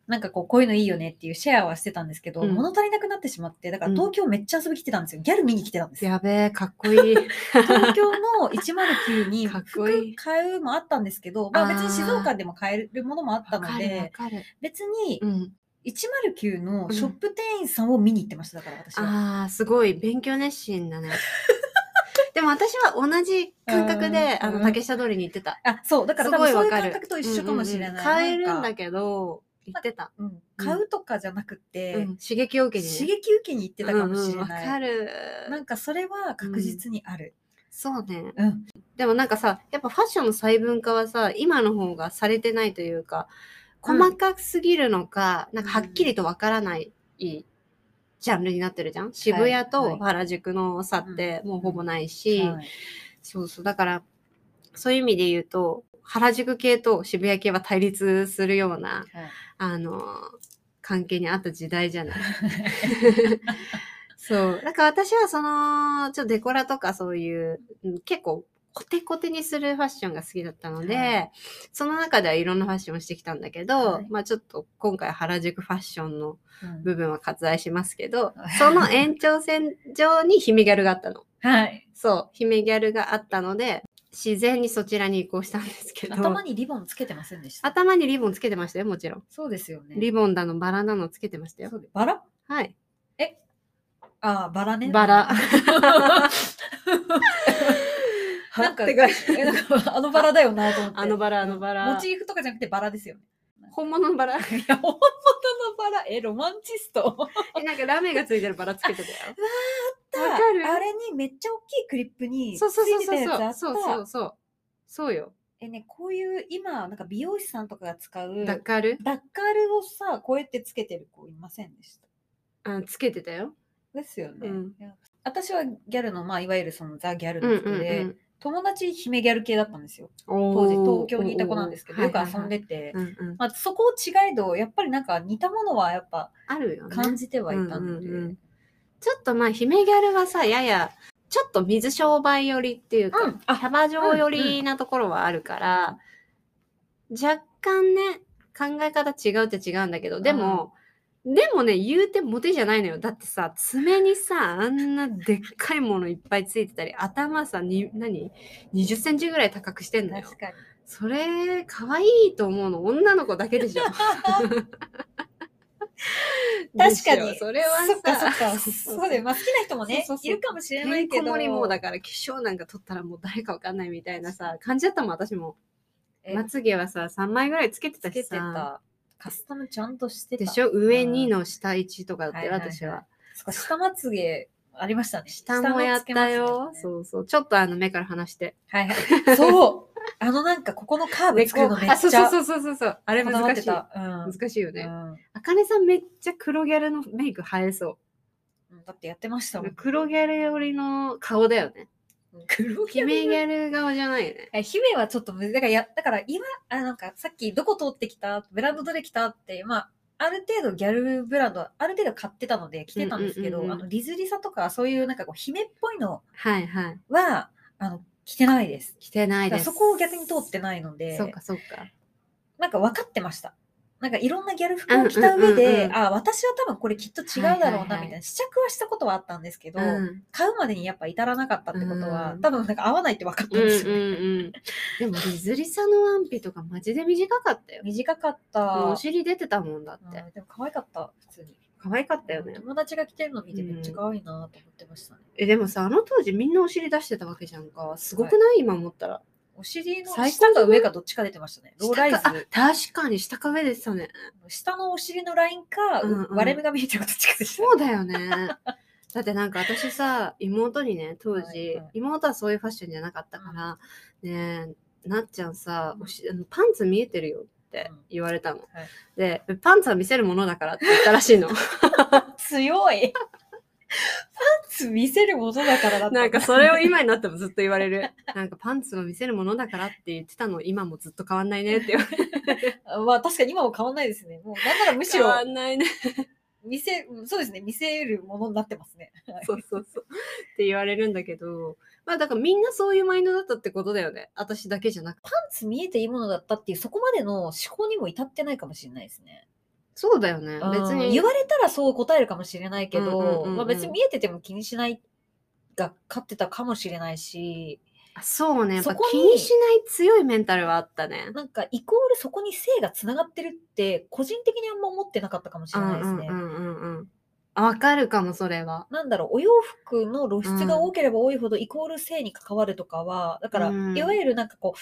Speaker 1: なんかこうこういうのいいよねっていうシェアはしてたんですけど、
Speaker 2: うん
Speaker 1: 物足りなくなってしまってだから
Speaker 2: うん
Speaker 1: 東京めっちゃ遊び来てたんですよギャル見に来てたんですよ
Speaker 2: やべえ、かっこいい。
Speaker 1: 東京の109 に
Speaker 2: かっこいい
Speaker 1: 服買うもあったんですけどまあ別
Speaker 2: あー
Speaker 1: に静岡でも買えるものもあった
Speaker 2: わ
Speaker 1: の
Speaker 2: かるわ
Speaker 1: で
Speaker 2: かる。
Speaker 1: 別に
Speaker 2: うん。
Speaker 1: 109のショップ店員さんを見に行ってました、だから私は。
Speaker 2: ああ、すごい、勉強熱心だ ね。でも私は同じ感覚で、
Speaker 1: うん
Speaker 2: あの、竹下通りに行ってた。
Speaker 1: あ、そう、だから
Speaker 2: す
Speaker 1: 多
Speaker 2: ご
Speaker 1: 分
Speaker 2: い
Speaker 1: そう
Speaker 2: わ
Speaker 1: いう
Speaker 2: かる。
Speaker 1: 感覚と一緒かもしれない。
Speaker 2: うんうんうん買えるん
Speaker 1: なん
Speaker 2: だ
Speaker 1: か
Speaker 2: けど、行ってた。
Speaker 1: うん買うとかじゃなくて、
Speaker 2: うん刺激を受けにね。
Speaker 1: 刺激受けに行ってたかもし
Speaker 2: うんう
Speaker 1: れ
Speaker 2: んわ
Speaker 1: ない。
Speaker 2: かる。
Speaker 1: なんかそれは確実にある。
Speaker 2: そうね。
Speaker 1: うん。
Speaker 2: でもなんかさ、やっぱファッションの細分化はさ、今の方がされてないというか、細かすぎるのか、なんかはっきりとわからないジャンルになってるじゃん渋谷
Speaker 1: は
Speaker 2: と
Speaker 1: い
Speaker 2: 原宿の差ってもうほぼないし、
Speaker 1: はい
Speaker 2: そうそう。だから、そういう意味で言うと、原宿系と渋谷系は対立するような、
Speaker 1: はい
Speaker 2: あの、関係にあった時代じ ゃない。そう。だから私はその、ちょっとデコラとかそういう、うん結構コテコテにするファッションが好きだったので、
Speaker 1: は
Speaker 2: その中ではいろんなファッションをしてきたんだけど、
Speaker 1: はい
Speaker 2: まあちょっと今回原宿ファッションの
Speaker 1: うん
Speaker 2: 部分は割愛しますけど
Speaker 1: はい、
Speaker 2: その延長線上にヒメギャルがあったの。
Speaker 1: はい。
Speaker 2: そう、姫ギャルがあったので、自然にそちらに移行したんですけど、
Speaker 1: 頭にリボンつけてませんでした。
Speaker 2: 頭にリボンつけてましたよ、もちろん。
Speaker 1: そうですよね。
Speaker 2: リボンだの、バラなのつけてましたよ。
Speaker 1: そうでバラ
Speaker 2: はい。
Speaker 1: ああ、バラね。
Speaker 2: バ ラ。
Speaker 1: なんか
Speaker 2: はってか
Speaker 1: えなんかあのバラだよなと思って。
Speaker 2: あのバラ、あのバラ。
Speaker 1: モチーフとかじゃなくてバラですよ ね。
Speaker 2: 本物のバラ。
Speaker 1: いや、本物のバラ。え、ロマンチスト。
Speaker 2: え、なんかラメがついてるバラつけてたよ。わ
Speaker 1: あ
Speaker 2: かる
Speaker 1: れにめっちゃ大きいクリップに つ
Speaker 2: そうそう
Speaker 1: い
Speaker 2: そう
Speaker 1: て
Speaker 2: そ
Speaker 1: た
Speaker 2: う
Speaker 1: やつあ
Speaker 2: そう。
Speaker 1: った。
Speaker 2: そうそうそう。そうよ。
Speaker 1: えね、こういう今、なんか美容師さんとかが使う
Speaker 2: ダ
Speaker 1: ダ
Speaker 2: ッカール
Speaker 1: ッカールをさ、こうやってつけてる子いませんでした。
Speaker 2: あつけてたよ。
Speaker 1: ですよね。
Speaker 2: うん
Speaker 1: いや私はギャルの、まあ、いわゆるそのザ・ギャル
Speaker 2: う
Speaker 1: の
Speaker 2: ん
Speaker 1: 服
Speaker 2: う
Speaker 1: で、
Speaker 2: んうん。
Speaker 1: 友達姫ギャル系だったんですよ。
Speaker 2: 当
Speaker 1: 当時東京にいた子なんですけど、よく遊んでて、
Speaker 2: うんうん。
Speaker 1: まあ、そこを違いど、やっぱりなんか似たものはやっぱ
Speaker 2: あるよね。
Speaker 1: 感じてはいたので。
Speaker 2: うんうんうんちょっとまあ姫ギャルはさややちょっと水商売寄りっていうか、
Speaker 1: うんあ
Speaker 2: キャバ嬢寄りなところはあるから、若干ね考え方違うって違うんだけどでも、でもね言うてモテじゃないのよだってさ爪にさあんなでっかいものいっぱいついてたり頭さに何2 0センチぐらい高くしてんだよ
Speaker 1: 確かに。
Speaker 2: それ可愛いと思うの女の子だけでし ょ
Speaker 1: 確かに。
Speaker 2: それは
Speaker 1: そっかそ
Speaker 2: さ
Speaker 1: っか。そうだよ。まあ、好きな人もね
Speaker 2: そうそうそう
Speaker 1: いるかもしれな
Speaker 2: て
Speaker 1: い
Speaker 2: ん
Speaker 1: け
Speaker 2: こ
Speaker 1: ど。
Speaker 2: 盛りもうだから化粧なんか取ったらもう誰かわかんないみたいなさ感じだったもん私も
Speaker 1: え
Speaker 2: まつげはさ3枚ぐらいつけてた
Speaker 1: つけ
Speaker 2: してさ
Speaker 1: た。カスタムちゃんとしてた。
Speaker 2: でしょ上2の下1とかだったよ
Speaker 1: はいはいはい
Speaker 2: 私は
Speaker 1: そっか下まつげありましたね。
Speaker 2: 下もやったよ
Speaker 1: 下もつけましたね
Speaker 2: そうそうちょっとあの目から離して
Speaker 1: はいはい。そう。あのなんかここのカーブ作るのめっちゃ。
Speaker 2: あそうそうそうそうそうそうあれ
Speaker 1: こだわ
Speaker 2: 難
Speaker 1: って
Speaker 2: しい
Speaker 1: た。うん。
Speaker 2: 難しいよね
Speaker 1: うん
Speaker 2: あかねさんめっちゃ黒ギャルのメイク映えそ
Speaker 1: うんだってやってましたも。
Speaker 2: うん黒ギャルよりの顔だよね
Speaker 1: 黒
Speaker 2: 姫ギャル顔じゃないよね
Speaker 1: え姫はちょっとむずだからや、だから今、あなんかさっきどこ通ってきたブランドどれ来たって、まあ、ある程度ギャルブランド、ある程度買ってたので着てたんですけど、
Speaker 2: うんうんうんうん
Speaker 1: あの、リズリサとかそういうなんかこう、姫っぽいの
Speaker 2: はいはい
Speaker 1: は、あの、着てないです。
Speaker 2: 着てない
Speaker 1: だか
Speaker 2: で
Speaker 1: ら
Speaker 2: す
Speaker 1: そこを逆に通ってないので、
Speaker 2: そうかそうか
Speaker 1: なんか分かってました。なんかいろんなギャル服を着た上で、
Speaker 2: うんうんうんうん
Speaker 1: あ私は多分これきっと違うだろうなみたいな、
Speaker 2: はいはいはい
Speaker 1: 試着はしたことはあったんですけど、
Speaker 2: うん
Speaker 1: 買うまでにやっぱ至らなかったってことは、
Speaker 2: うん
Speaker 1: 多分なんか合わないって分かったん
Speaker 2: うんう
Speaker 1: ですよね。
Speaker 2: んうん、でもリズリさんのワンピとかマジで短かったよ。
Speaker 1: 短かっ
Speaker 2: もう
Speaker 1: た
Speaker 2: お。尻出てたもんだって。
Speaker 1: うんでも可愛かった、普通に。
Speaker 2: 可愛かったよね。
Speaker 1: 友達が着てるの見てめっちゃ可愛いなと思ってましたね。
Speaker 2: えでもさあの当時みんなお尻出してたわけじゃんか。すごくない、今思ったら。
Speaker 1: お尻の
Speaker 2: 最高
Speaker 1: 下か上かどっちか出てましたね。ローライズ
Speaker 2: 下。かあ確かに下か上でしたね。
Speaker 1: 下のお尻のラインか、
Speaker 2: うんうん
Speaker 1: 割れ目が見えてるかどっちかでしたね。
Speaker 2: そうだよ ね。だってなんか私さ妹にね当時、
Speaker 1: はいはい
Speaker 2: 妹はそういうファッションじゃなかったから、ねえなっちゃんさおしあのパンツ見えてるよって言われたの。
Speaker 1: はい
Speaker 2: でパンツは見せるものだからって言ったらしいの。
Speaker 1: 強い。パンツ見せるものだからだった。
Speaker 2: なんかそれを今になってもずっと言われ る。なんかパンツを見せるものだからって言ってたの、今もずっと変わんないねって言わ れる。
Speaker 1: まあ確かに今も変わんないですね。もうなんならむしろ
Speaker 2: んないね。
Speaker 1: 見せ、うんそうですね、見せるものになってますね。
Speaker 2: そうそうそう。って言われるんだけど、まあだからみんなそういうマインドだったってことだよね。私だけじゃなくて。
Speaker 1: パンツ見えていいものだったっていう、そこまでの思考にも至ってないかもしれないですね。
Speaker 2: そうだよね。別
Speaker 1: うん
Speaker 2: に。
Speaker 1: 言われたらそう答えるかもしれないけ
Speaker 2: うんうん
Speaker 1: ど、
Speaker 2: うんうん
Speaker 1: まあ別に見えてても気にしないが勝ってたかもしれないし、
Speaker 2: あそうねやっぱ
Speaker 1: そこに
Speaker 2: 気にしない強いメンタルはあったね。
Speaker 1: なんかイコールそこに性がつながってるって個人的にあんま思ってなかったかもしれないですね。
Speaker 2: うんうんうんうんうんあわかるかもそれは。
Speaker 1: なんだろうお洋服の露出が多ければ多いほどイコール性に関わるとかは、だから、
Speaker 2: うん
Speaker 1: いわゆるなんかこう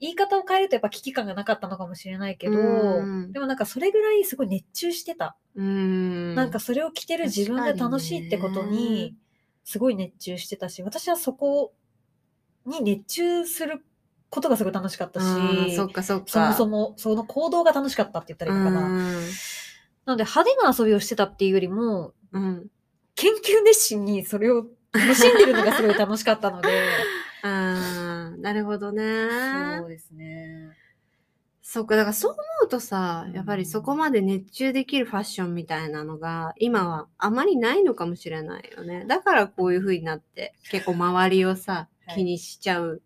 Speaker 1: 言い方を変えるとやっぱ危機感がなかったのかもしれないけど、
Speaker 2: うん
Speaker 1: でもなんかそれぐらいすごい熱中してた、
Speaker 2: うん、
Speaker 1: なんかそれを着てる自分が楽しいってこと
Speaker 2: 確かにね
Speaker 1: にすごい熱中してたし私はそこに熱中することがすごい楽しかったし
Speaker 2: うんそっかそっか。
Speaker 1: そもそもその行動が楽しかったって言ったらいいのかな。なので派手な遊びをしてたっていうよりも
Speaker 2: うんうん
Speaker 1: 研究熱心にそれを楽しんでるのがすごい楽しかったので。
Speaker 2: あーなるほどね。
Speaker 1: そうですね。
Speaker 2: そっか、だからそう思うとさ、やっぱりそこまで熱中できるファッションみたいなのが、今はあまりないのかもしれないよね。だからこういう風になって、結構周りをさ、
Speaker 1: はい
Speaker 2: 気にしちゃう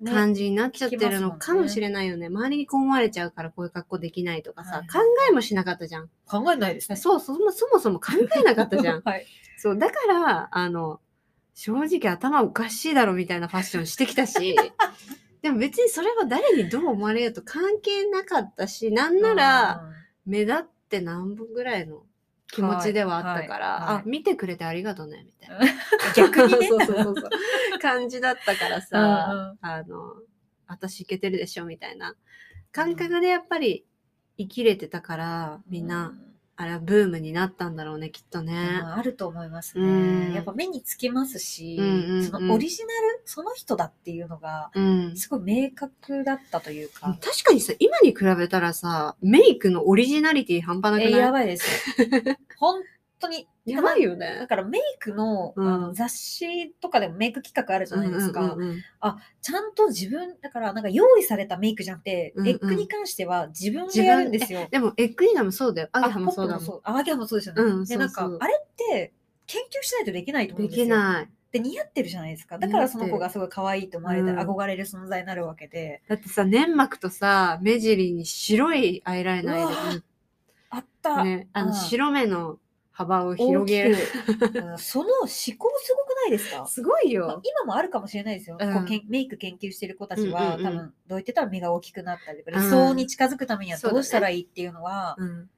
Speaker 1: ね
Speaker 2: 感じになっちゃってるの
Speaker 1: 聞きます
Speaker 2: か
Speaker 1: もんね
Speaker 2: もしれないよね。周りにこう思われちゃうからこういう格好できないとかさ、
Speaker 1: はい
Speaker 2: 考えもしなかったじゃん。
Speaker 1: 考えないですね。。
Speaker 2: そう、そもそもそも考えなかったじゃん
Speaker 1: はい。
Speaker 2: そう、だから、あの、正直頭おかしいだろみたいなファッションしてきた し、でも別にそれは誰にどう思われようと関係なかったし、なんなら目立ってなんぼぐらいの気持ちではあったから、
Speaker 1: はいはいは
Speaker 2: あ、
Speaker 1: い
Speaker 2: 見てくれてありがとうね、みたいな。
Speaker 1: うん、逆にね。
Speaker 2: そうそうそうそう。感じだったから
Speaker 1: うんう
Speaker 2: さ
Speaker 1: ん、
Speaker 2: あの、私いけてるでしょ、みたいな感覚でやっぱり生きれてたから、みんな、あれはブームになったんだろうね、きっと
Speaker 1: うん。
Speaker 2: ね。
Speaker 1: まああると思います
Speaker 2: うん
Speaker 1: ね。やっぱ目につきますし、
Speaker 2: うんうんうん
Speaker 1: そのオリジナル、その人だっていうのが、
Speaker 2: うん。
Speaker 1: すごい明確だったというか。
Speaker 2: 確かにさ、今に比べたらさ、メイクのオリジナリティ半端なく
Speaker 1: えや
Speaker 2: ない
Speaker 1: ばいです。 本当に。
Speaker 2: やばいよ
Speaker 1: だ
Speaker 2: ね。
Speaker 1: からメイクの,、
Speaker 2: うん
Speaker 1: あの雑誌とかでもメイク企画あるじゃないですか。
Speaker 2: うんうんうん
Speaker 1: ちゃんと自分、だからなんか用意されたメイクじゃなくて、
Speaker 2: うんうん
Speaker 1: ネックに関しては自分でやるんですよ。
Speaker 2: でも、エッグイナもそうだよ。アゲ
Speaker 1: あ、
Speaker 2: ハ
Speaker 1: ポ
Speaker 2: も
Speaker 1: ッ
Speaker 2: そう
Speaker 1: プ
Speaker 2: だ
Speaker 1: も
Speaker 2: も
Speaker 1: そう。あ、アゲハもそうですよね。
Speaker 2: うん
Speaker 1: で、
Speaker 2: そ
Speaker 1: な
Speaker 2: うんそう
Speaker 1: か、あれって研究しないとできないと
Speaker 2: ん。
Speaker 1: 思う
Speaker 2: で
Speaker 1: んですよ。
Speaker 2: きない。
Speaker 1: で、似合ってるじゃないですか。だからその子がすごい可愛いと思われて、
Speaker 2: うん
Speaker 1: 憧れる存在になるわけで、
Speaker 2: だってさ、粘膜とさ、目尻に白いアイライナー入れて
Speaker 1: あった、
Speaker 2: ね、あ
Speaker 1: う
Speaker 2: の、
Speaker 1: ん
Speaker 2: 白目の幅を
Speaker 1: 大
Speaker 2: 広
Speaker 1: き
Speaker 2: げる。
Speaker 1: く、うんその思考すごくないですか
Speaker 2: すごい
Speaker 1: まあ
Speaker 2: よ。
Speaker 1: 今もあるかもしれないですよ、
Speaker 2: うん
Speaker 1: こうけんメイク研究してる子たちは、
Speaker 2: うんうんうん
Speaker 1: 多分どうやってたら目が大きくなったりとか
Speaker 2: うん
Speaker 1: 理想に近づくためには
Speaker 2: そうだね
Speaker 1: どうしたらいいっていうのは、
Speaker 2: うん。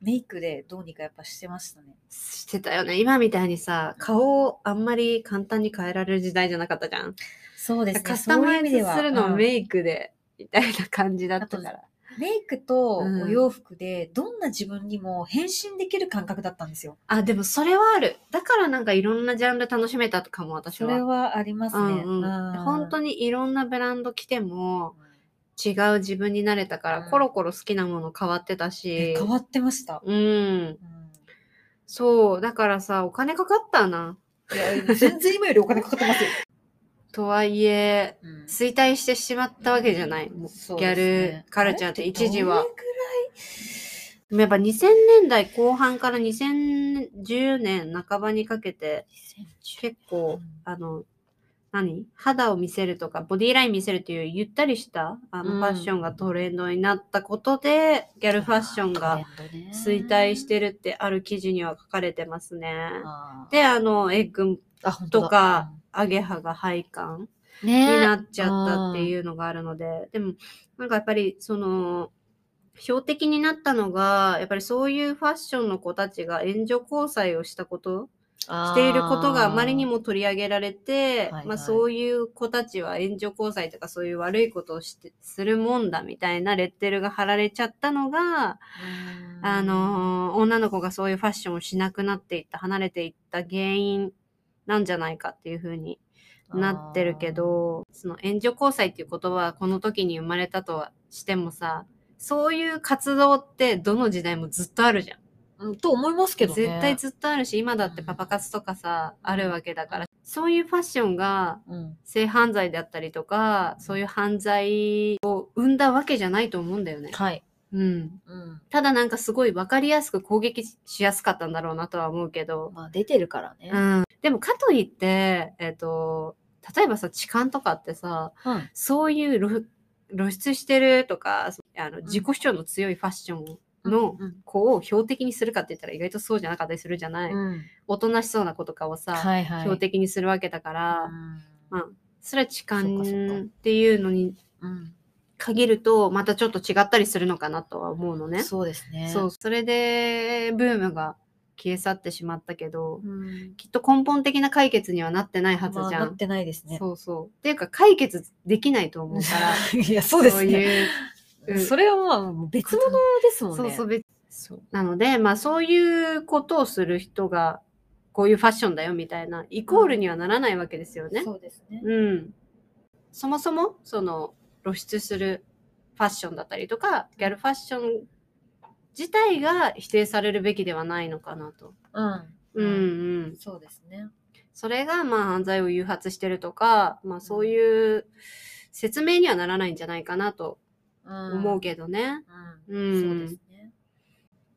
Speaker 1: メイクでどうにかやっぱしてましたね。
Speaker 2: してたよね。今みたいにさ、顔をあんまり簡単に変えられる時代じゃなかったじゃん。
Speaker 1: そうですね。
Speaker 2: カスタマイズするの
Speaker 1: そういう意味で
Speaker 2: を
Speaker 1: はうん
Speaker 2: メイクで、みたいな感じだったか
Speaker 1: あ
Speaker 2: ら。
Speaker 1: メイクと
Speaker 2: うん
Speaker 1: お洋服でどんな自分にも変身できる感覚だったんですよ。
Speaker 2: あ、でもそれはある。だからなんかいろんなジャンル楽しめたとかも私
Speaker 1: そ
Speaker 2: は。
Speaker 1: れはあります
Speaker 2: う
Speaker 1: ね。
Speaker 2: んうん、本当
Speaker 1: に。
Speaker 2: にいろんなブランド着ても違う自分になれたから、
Speaker 1: うん
Speaker 2: コロコロ好きなもの変わってたし
Speaker 1: え。変わってました。
Speaker 2: うん。
Speaker 1: うん
Speaker 2: そう。だからさ、お金かかったな。
Speaker 1: いや全然今よりお金かかってますよ。
Speaker 2: とはいえ、
Speaker 1: うん
Speaker 2: 衰退してしまったわけじゃない。もう
Speaker 1: そう
Speaker 2: ギ
Speaker 1: で
Speaker 2: ャ
Speaker 1: すね
Speaker 2: ルカルチャーって一時
Speaker 1: あ
Speaker 2: は
Speaker 1: れっ。
Speaker 2: でもやっぱ2000年代後半から2010年半ばにかけて、結構、あの、何肌を見せるとか、ボディライン見せるっていう、ゆったりした、あの、
Speaker 1: うん
Speaker 2: ファッションがトレンドになったことで、ギャルファッションが衰退してるってある記事には書かれてますね。
Speaker 1: で、
Speaker 2: で、あの、エッグ
Speaker 1: あ、本当
Speaker 2: と
Speaker 1: だ
Speaker 2: か、、アゲハが配管
Speaker 1: うん
Speaker 2: に
Speaker 1: ね
Speaker 2: なっちゃったっていうのがあるので、でも、なんかやっぱり、その、標的になったのが、やっぱりそういうファッションの子たちが援助交際をしたことしていることがあまりに
Speaker 1: も、
Speaker 2: も取り上げられて、
Speaker 1: あーはい
Speaker 2: ま
Speaker 1: は
Speaker 2: あ、
Speaker 1: い
Speaker 2: そういう子たちは援助交際とかそういう悪いことをしてするもんだみたいなレッテルが貼られちゃったのが、
Speaker 1: うん
Speaker 2: あ、のー女の子がそういうファッションをしなくなっていった離れていった原因なんじゃないかっていうふうになってるけどその援助交際っていう言葉はこの時に生まれたとはしてもさそういう活動ってどの時代もずっとあるじゃん。
Speaker 1: うん。と思いますけどね。
Speaker 2: 絶対ずっとあるし今だってパパ活とかさ、あるわけだからそういうファッションが
Speaker 1: うん
Speaker 2: 性犯罪だったりとかそういう犯罪を生んだわけじゃないと思うんだよね。
Speaker 1: はい。
Speaker 2: うん、
Speaker 1: うん。
Speaker 2: ただなんかすごい分かりやすく攻撃しやすかったんだろうなとは思うけど、
Speaker 1: まあ、出てるからね。
Speaker 2: うん、でもかといって、えっと例えばさ痴漢とかってさ
Speaker 1: はい
Speaker 2: そういう露露出してるとかそあの
Speaker 1: ん
Speaker 2: 自己主張の強いファッションの
Speaker 1: うん
Speaker 2: 子を標的にするかって言ったら意外とそうじゃなかったりするじゃない。
Speaker 1: うん
Speaker 2: おとなしそうな子とかをさ、
Speaker 1: はいはい。
Speaker 2: 標的にするわけだから、
Speaker 1: うん
Speaker 2: まあ、すら痴漢
Speaker 1: そっかそっか
Speaker 2: っていうのに
Speaker 1: うん
Speaker 2: 限るとまたちょっと違ったりするのかなとは思うのね。
Speaker 1: そうですね。
Speaker 2: そうそれでブームが消え去ってしまったけど
Speaker 1: うん。
Speaker 2: きっと根本的な解決にはなってないはず
Speaker 1: まあ
Speaker 2: じゃ
Speaker 1: なんっ。てないですね。
Speaker 2: そうそう。っていうか解決できないと思う から。
Speaker 1: いや、そうですね。
Speaker 2: いう
Speaker 1: う
Speaker 2: うん
Speaker 1: んそれはまあ、もう別物ですもんね。
Speaker 2: そうそう別そうなのでまあそういうことをする人がこういうファッションだよみたいなイコールにはならないわけですよね。
Speaker 1: そうですね。
Speaker 2: うん、そもそもその露出するファッションだったりとかギャルファッション自体が否定されるべきではないのかなと。
Speaker 1: う
Speaker 2: う
Speaker 1: ん。
Speaker 2: んう
Speaker 1: うん。
Speaker 2: ん、
Speaker 1: そうですね。
Speaker 2: それがまあ犯罪を誘発してるとか、まあ、そういう説明にはならないんじゃないかなと思うけどね。
Speaker 1: うん。
Speaker 2: う
Speaker 1: うん
Speaker 2: ん、
Speaker 1: そうですね。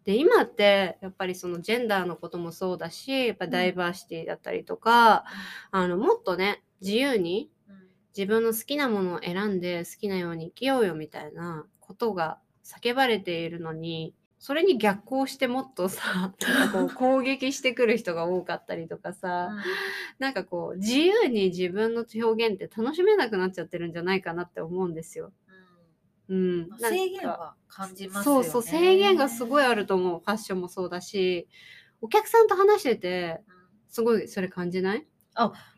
Speaker 2: で今ってやっぱりそのジェンダーのこともそうだしやっぱダイバーシティだったりとか、あのもっとね自由に
Speaker 1: うん
Speaker 2: 自分の好きなものを選んで好きなように生きようよみたいなことが叫ばれているのにそれに逆行してもっと さなんかこう攻撃してくる人が多かったりとか さなんかこう自由に自分の表現って楽しめなくなっちゃってるんじゃないかなって思うんですよ。うん、
Speaker 1: まあ
Speaker 2: なんか
Speaker 1: 制限は感じますよ
Speaker 2: そ
Speaker 1: ね。
Speaker 2: うそう制限がすごいあると思うファッションもそうだしお客さんと話してて
Speaker 1: うん。
Speaker 2: すごいそれ感じない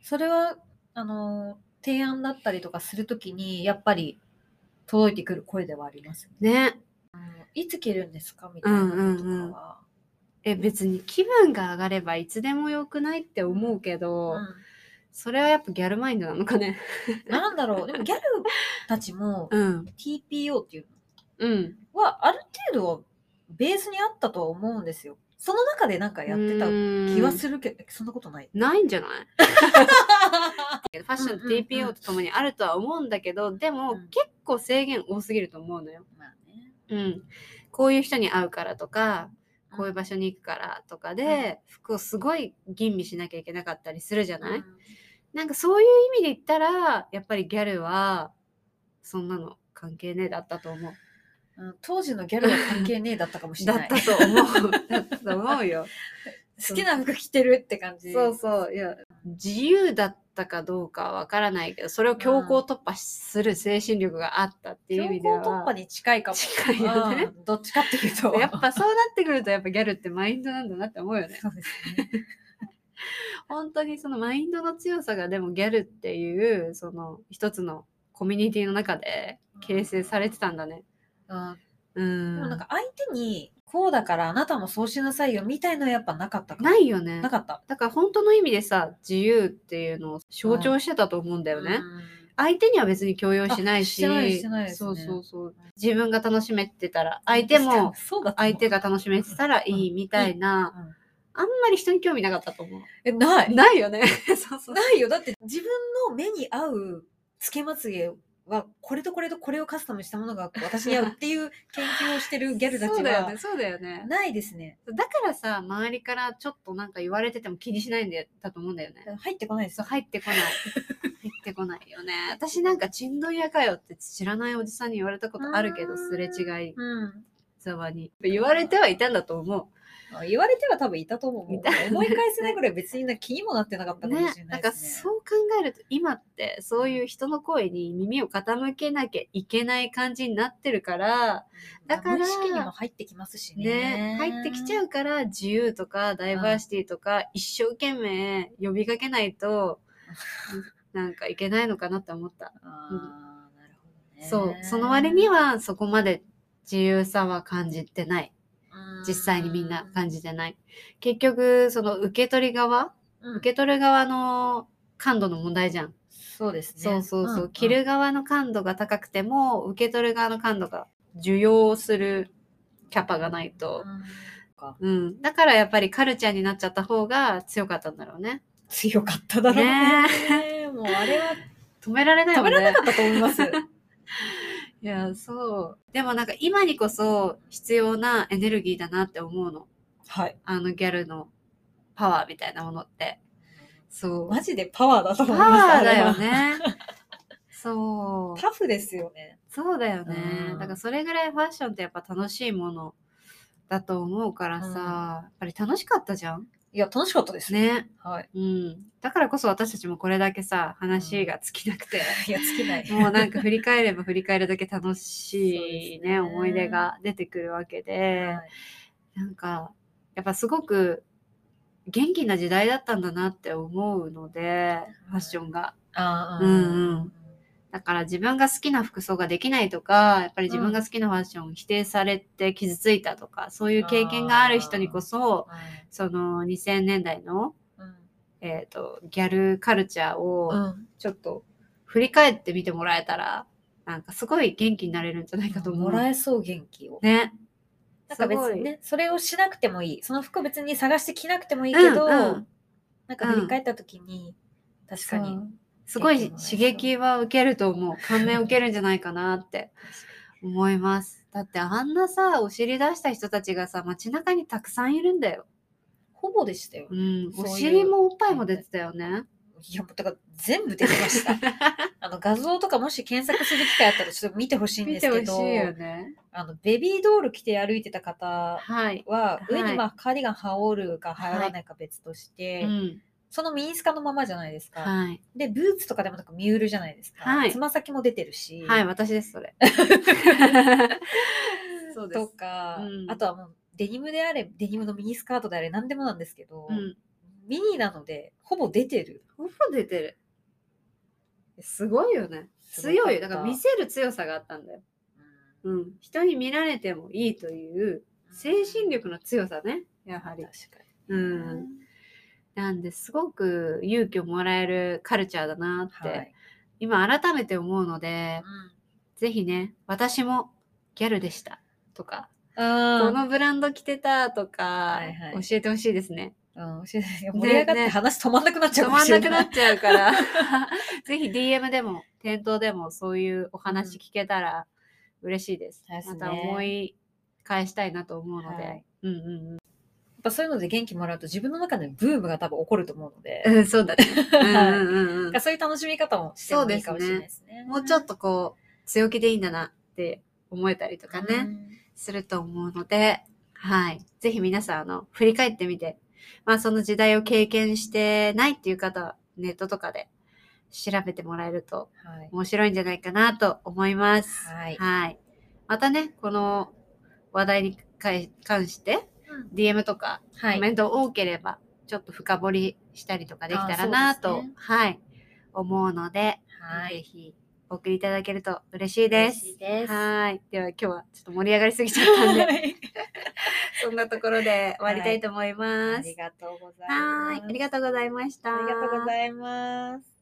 Speaker 1: それは、あの、提案だったりとかするときに、やっぱり届いてくる声ではありますね。
Speaker 2: ね
Speaker 1: うんいつ着るんですかみたいなのとかは。
Speaker 2: え別に気分が上がればいつでもよくないって思うけど、
Speaker 1: う
Speaker 2: それはやっぱギャルマインドなのか ね
Speaker 1: んなんだろう。でもギャルた ちも
Speaker 2: うん
Speaker 1: TPO っていう
Speaker 2: うん
Speaker 1: のは、ある程度はベースにあったとは思うんですよ。その中でなんかやってた気は
Speaker 2: る
Speaker 1: するけど、そんなことない。
Speaker 2: ないんじゃない ファッションと
Speaker 1: うんうんうん
Speaker 2: TPO とともにあるとは思うんだけどでも、
Speaker 1: うん
Speaker 2: 結構制限多すぎると思うのよ、
Speaker 1: まあね。
Speaker 2: うん、こういう人に会うからとかこういう場所
Speaker 1: 所
Speaker 2: に行くからとかで、服をすごい吟味しなきゃいけなかったりするじゃない、なんかそういう意味で言ったら、やっぱりギャルは、そんなの関係ねえだったと思う。
Speaker 1: うん当時のギャルは関係ねえだったかもしれ
Speaker 2: だ
Speaker 1: な
Speaker 2: っ
Speaker 1: い。
Speaker 2: たと思う。だったと思うよ。
Speaker 1: 好きな服着てるって感じ。
Speaker 2: そうそう。いや、自由だったかどうかはわからないけど、それを強行突破する精神力があったっていう意
Speaker 1: 強
Speaker 2: 味で
Speaker 1: 行
Speaker 2: は。
Speaker 1: 突破に近いかも。
Speaker 2: 近 いよね。
Speaker 1: うんどっちかっていうと。
Speaker 2: やっぱそうなってくると、やっぱギャルってマインドなんだなって思うよ ね。
Speaker 1: そうですね。
Speaker 2: 本当にそのマインドの強さがでもギャルっていうその一つのコミュニティの中で形成されてたんだね。
Speaker 1: うん
Speaker 2: うん。
Speaker 1: でもなんか相手に、こうだからあなたもそうしなさいよみたいのはやっぱなかったかも
Speaker 2: ないよね
Speaker 1: な。かった。
Speaker 2: だから本当の意味でさ自由っていうのを象徴してたと思うんだよね。相手には別に強要しないし
Speaker 1: あしてないしてないですね
Speaker 2: そうそうそう自分が楽しめてたら相手も、
Speaker 1: そうだと思う
Speaker 2: 相手が楽しめてたらいいみたいな、
Speaker 1: うん
Speaker 2: あんまり人に興味なかったと思う。
Speaker 1: え、ない。
Speaker 2: ないよね。 そうそう
Speaker 1: ないよ。だって自分の目に合うつけまつげは、これとこれとこれをカスタムしたものが私に合うっていう研究をしてるギャルた
Speaker 2: そ
Speaker 1: ち
Speaker 2: うだよ
Speaker 1: が
Speaker 2: ね。、そうだよね。
Speaker 1: ないですね。
Speaker 2: だからさ周りからちょっとなんか言われてても気にしないんだだと思うんだよね。
Speaker 1: 入ってこないです
Speaker 2: そう。入って こない入ってこないよね。私なんかちんどいやかよって知らないおじさんに言われたことあるけど
Speaker 1: うーん
Speaker 2: すれ違い
Speaker 1: うん。
Speaker 2: ざわに言われてはいたんだと思
Speaker 1: 言われては多分いたと 思う。
Speaker 2: いた
Speaker 1: 思い返せないぐらい別にな気にもなってなかっ
Speaker 2: う。
Speaker 1: たかも
Speaker 2: ね
Speaker 1: しれ、な
Speaker 2: なん
Speaker 1: いで
Speaker 2: か
Speaker 1: す
Speaker 2: そ
Speaker 1: ね。
Speaker 2: う考えると今ってそういう人の声に耳を傾けなきゃいけない感じになってるからだから
Speaker 1: 無意識にも入ってきますしね。
Speaker 2: ね入ってきちゃ
Speaker 1: う。
Speaker 2: うから自由とかダイバーシティとか一生懸命呼びかけない となんかいけないのかなって思った。
Speaker 1: あーなるほど
Speaker 2: そ
Speaker 1: ね
Speaker 2: う、その割に、はそこまで自由さは感じてない。
Speaker 1: うん
Speaker 2: 実際にみんな感じてない。結局、その受け取り側、
Speaker 1: うん
Speaker 2: 受け取る側の感度の問題じゃん。
Speaker 1: そうですね。
Speaker 2: そうそうそう。
Speaker 1: ん
Speaker 2: 着。る側の感度が高くても、受け取る側の感度が受容するキャパがないと
Speaker 1: う。んか
Speaker 2: うん。だからやっぱりカルチャーになっちゃった方が強かったんだろうね。
Speaker 1: 強かっただろうね。もうあれは
Speaker 2: 止められない
Speaker 1: 止
Speaker 2: よね。
Speaker 1: められなかったと思 います。
Speaker 2: いや、そう。でもなんか今にこそ必要なエネルギーだなって思うの。
Speaker 1: はい。
Speaker 2: あのギャルのパワーみたいなものって。そう。
Speaker 1: マジでパワーだ と
Speaker 2: パ
Speaker 1: 思います。
Speaker 2: ワーだ
Speaker 1: あ
Speaker 2: よ
Speaker 1: れは。
Speaker 2: ね。 そう。
Speaker 1: タフですよね。
Speaker 2: そうだよね
Speaker 1: う。ん
Speaker 2: だからそれぐらいファッションってやっぱ楽しいものだと思うからさ、
Speaker 1: うん
Speaker 2: やっぱり楽しかったじゃん
Speaker 1: いや、楽しかったです。
Speaker 2: ね、
Speaker 1: はい。
Speaker 2: うん、だからこそ私たちもこれだけさ話が尽きなくて、
Speaker 1: いや、尽きない。
Speaker 2: もうなんか振り返れば振り返るだけ楽しいね
Speaker 1: そうですね
Speaker 2: 思い出が出てくるわけで、
Speaker 1: はい
Speaker 2: なんかやっぱすごく元気な時代だったんだなって思うのでファッションが。
Speaker 1: あ
Speaker 2: うんうんだから自分が好きな服装ができないとかやっぱり自分が好きなファッションを否定されて傷ついたとかそういう経験がある人にこそその2000年代の、えー、とギャルカルチャーを、
Speaker 1: うん。うん。
Speaker 2: ちょっと振り返ってみてもらえたら、なんかすごい元気になれるんじゃないかと思う。
Speaker 1: もらえそう元気を。
Speaker 2: ね。
Speaker 1: なんか別にね、それをしなくてもいい。その服別に探して着なくてもいい
Speaker 2: す
Speaker 1: け
Speaker 2: ごい、
Speaker 1: ど、
Speaker 2: うんうん
Speaker 1: なんか振り返った時に、確かに
Speaker 2: そ。うすごい刺激は受けると思う。感銘を受けるんじゃないかなって思います。だってあんなさ、お尻出した人たちがさ、街中にたくさんいるんだよ。
Speaker 1: ほぼでしたよ
Speaker 2: う。ん。
Speaker 1: そう
Speaker 2: お
Speaker 1: いう
Speaker 2: 尻もおっぱいも出てたよね。
Speaker 1: いや、もうだから全部出てま した。あの、画像とかもし検索する機会あったらちょっと見てほしいんで
Speaker 2: 見
Speaker 1: す
Speaker 2: てほ
Speaker 1: け
Speaker 2: しい
Speaker 1: ど、
Speaker 2: よね。
Speaker 1: あの、ベビードール着て歩いてた方
Speaker 2: はい。
Speaker 1: は、
Speaker 2: い
Speaker 1: 上にまあカーディガン羽織るか羽織らないか別として、
Speaker 2: うん。
Speaker 1: そのミニスカのままじゃないですか。
Speaker 2: はい。
Speaker 1: で、ブーツとかでもなんかミュールじゃないですか。
Speaker 2: はい
Speaker 1: つま先も出てるし、
Speaker 2: はい、私です、そ れ。そうです
Speaker 1: とか、
Speaker 2: うん
Speaker 1: あとはもうデニムであれ、デニムのミニスカートであれ、何でもなんですけど、
Speaker 2: うん。
Speaker 1: ミニなので、ほぼ出てる。
Speaker 2: ほぼ出てる。すごいよね。
Speaker 1: すご
Speaker 2: 強
Speaker 1: かった
Speaker 2: いよ。だから見せる強さがあったんだよ。うん。人に見られてもいいという精神力の強さね。やはり。
Speaker 1: 確か
Speaker 2: う
Speaker 1: に。
Speaker 2: ん。なんですごく勇気をもらえるカルチャーだなって、
Speaker 1: はい。
Speaker 2: 今改めて思うので、ぜひね、私もギャルでしたとか、
Speaker 1: うん。
Speaker 2: このブランド着てたとか
Speaker 1: はいは、い
Speaker 2: 教えてほしいですね。
Speaker 1: うん、教えていや盛り上がって話止まんなくなっちゃ
Speaker 2: 止
Speaker 1: うかも
Speaker 2: まん
Speaker 1: しれ
Speaker 2: なく
Speaker 1: な。
Speaker 2: ないっちゃうから、 ぜひ DM でも、店頭でもそういうお話聞けたら嬉しいです。
Speaker 1: そうです
Speaker 2: ま
Speaker 1: ね
Speaker 2: た思い返したいなと思うので、
Speaker 1: はい
Speaker 2: うんうん
Speaker 1: やっぱそういうので元気もらうと自分の中でブームが多分起こると思うので、
Speaker 2: うん、うん、そうだね。
Speaker 1: はい
Speaker 2: うんうんうん
Speaker 1: なんかそういう楽しみ方もしてもいいかもしれないですね。
Speaker 2: うん、もうちょっ
Speaker 1: と
Speaker 2: とこう、強気でいいんだなって思えたりとかね、すると思うので、はい。ぜひ皆さん、あの、振り返ってみて、まあその時代を経験してないっていう方は、ネットとかで調べてもらえると
Speaker 1: はい。
Speaker 2: 面白いんじゃないかなと思います。
Speaker 1: はい
Speaker 2: またね、この話題に関関して、DM とか
Speaker 1: は
Speaker 2: コ
Speaker 1: い。
Speaker 2: メント多ければ、ちょっと深掘りしたりとかできたら
Speaker 1: あ
Speaker 2: な
Speaker 1: そう
Speaker 2: と、
Speaker 1: ですね
Speaker 2: はい、思うので、
Speaker 1: はい
Speaker 2: ぜひお送りいただけると嬉しいです。
Speaker 1: 嬉しいです
Speaker 2: はい。では今日はちょっと盛り上がりすぎちゃったんで、
Speaker 1: はい
Speaker 2: そんなところで終わりたいと思い
Speaker 1: あ
Speaker 2: ます
Speaker 1: り。がとうござい
Speaker 2: は
Speaker 1: ま
Speaker 2: い。
Speaker 1: す。
Speaker 2: ありがとうございました。
Speaker 1: ありがとうございます。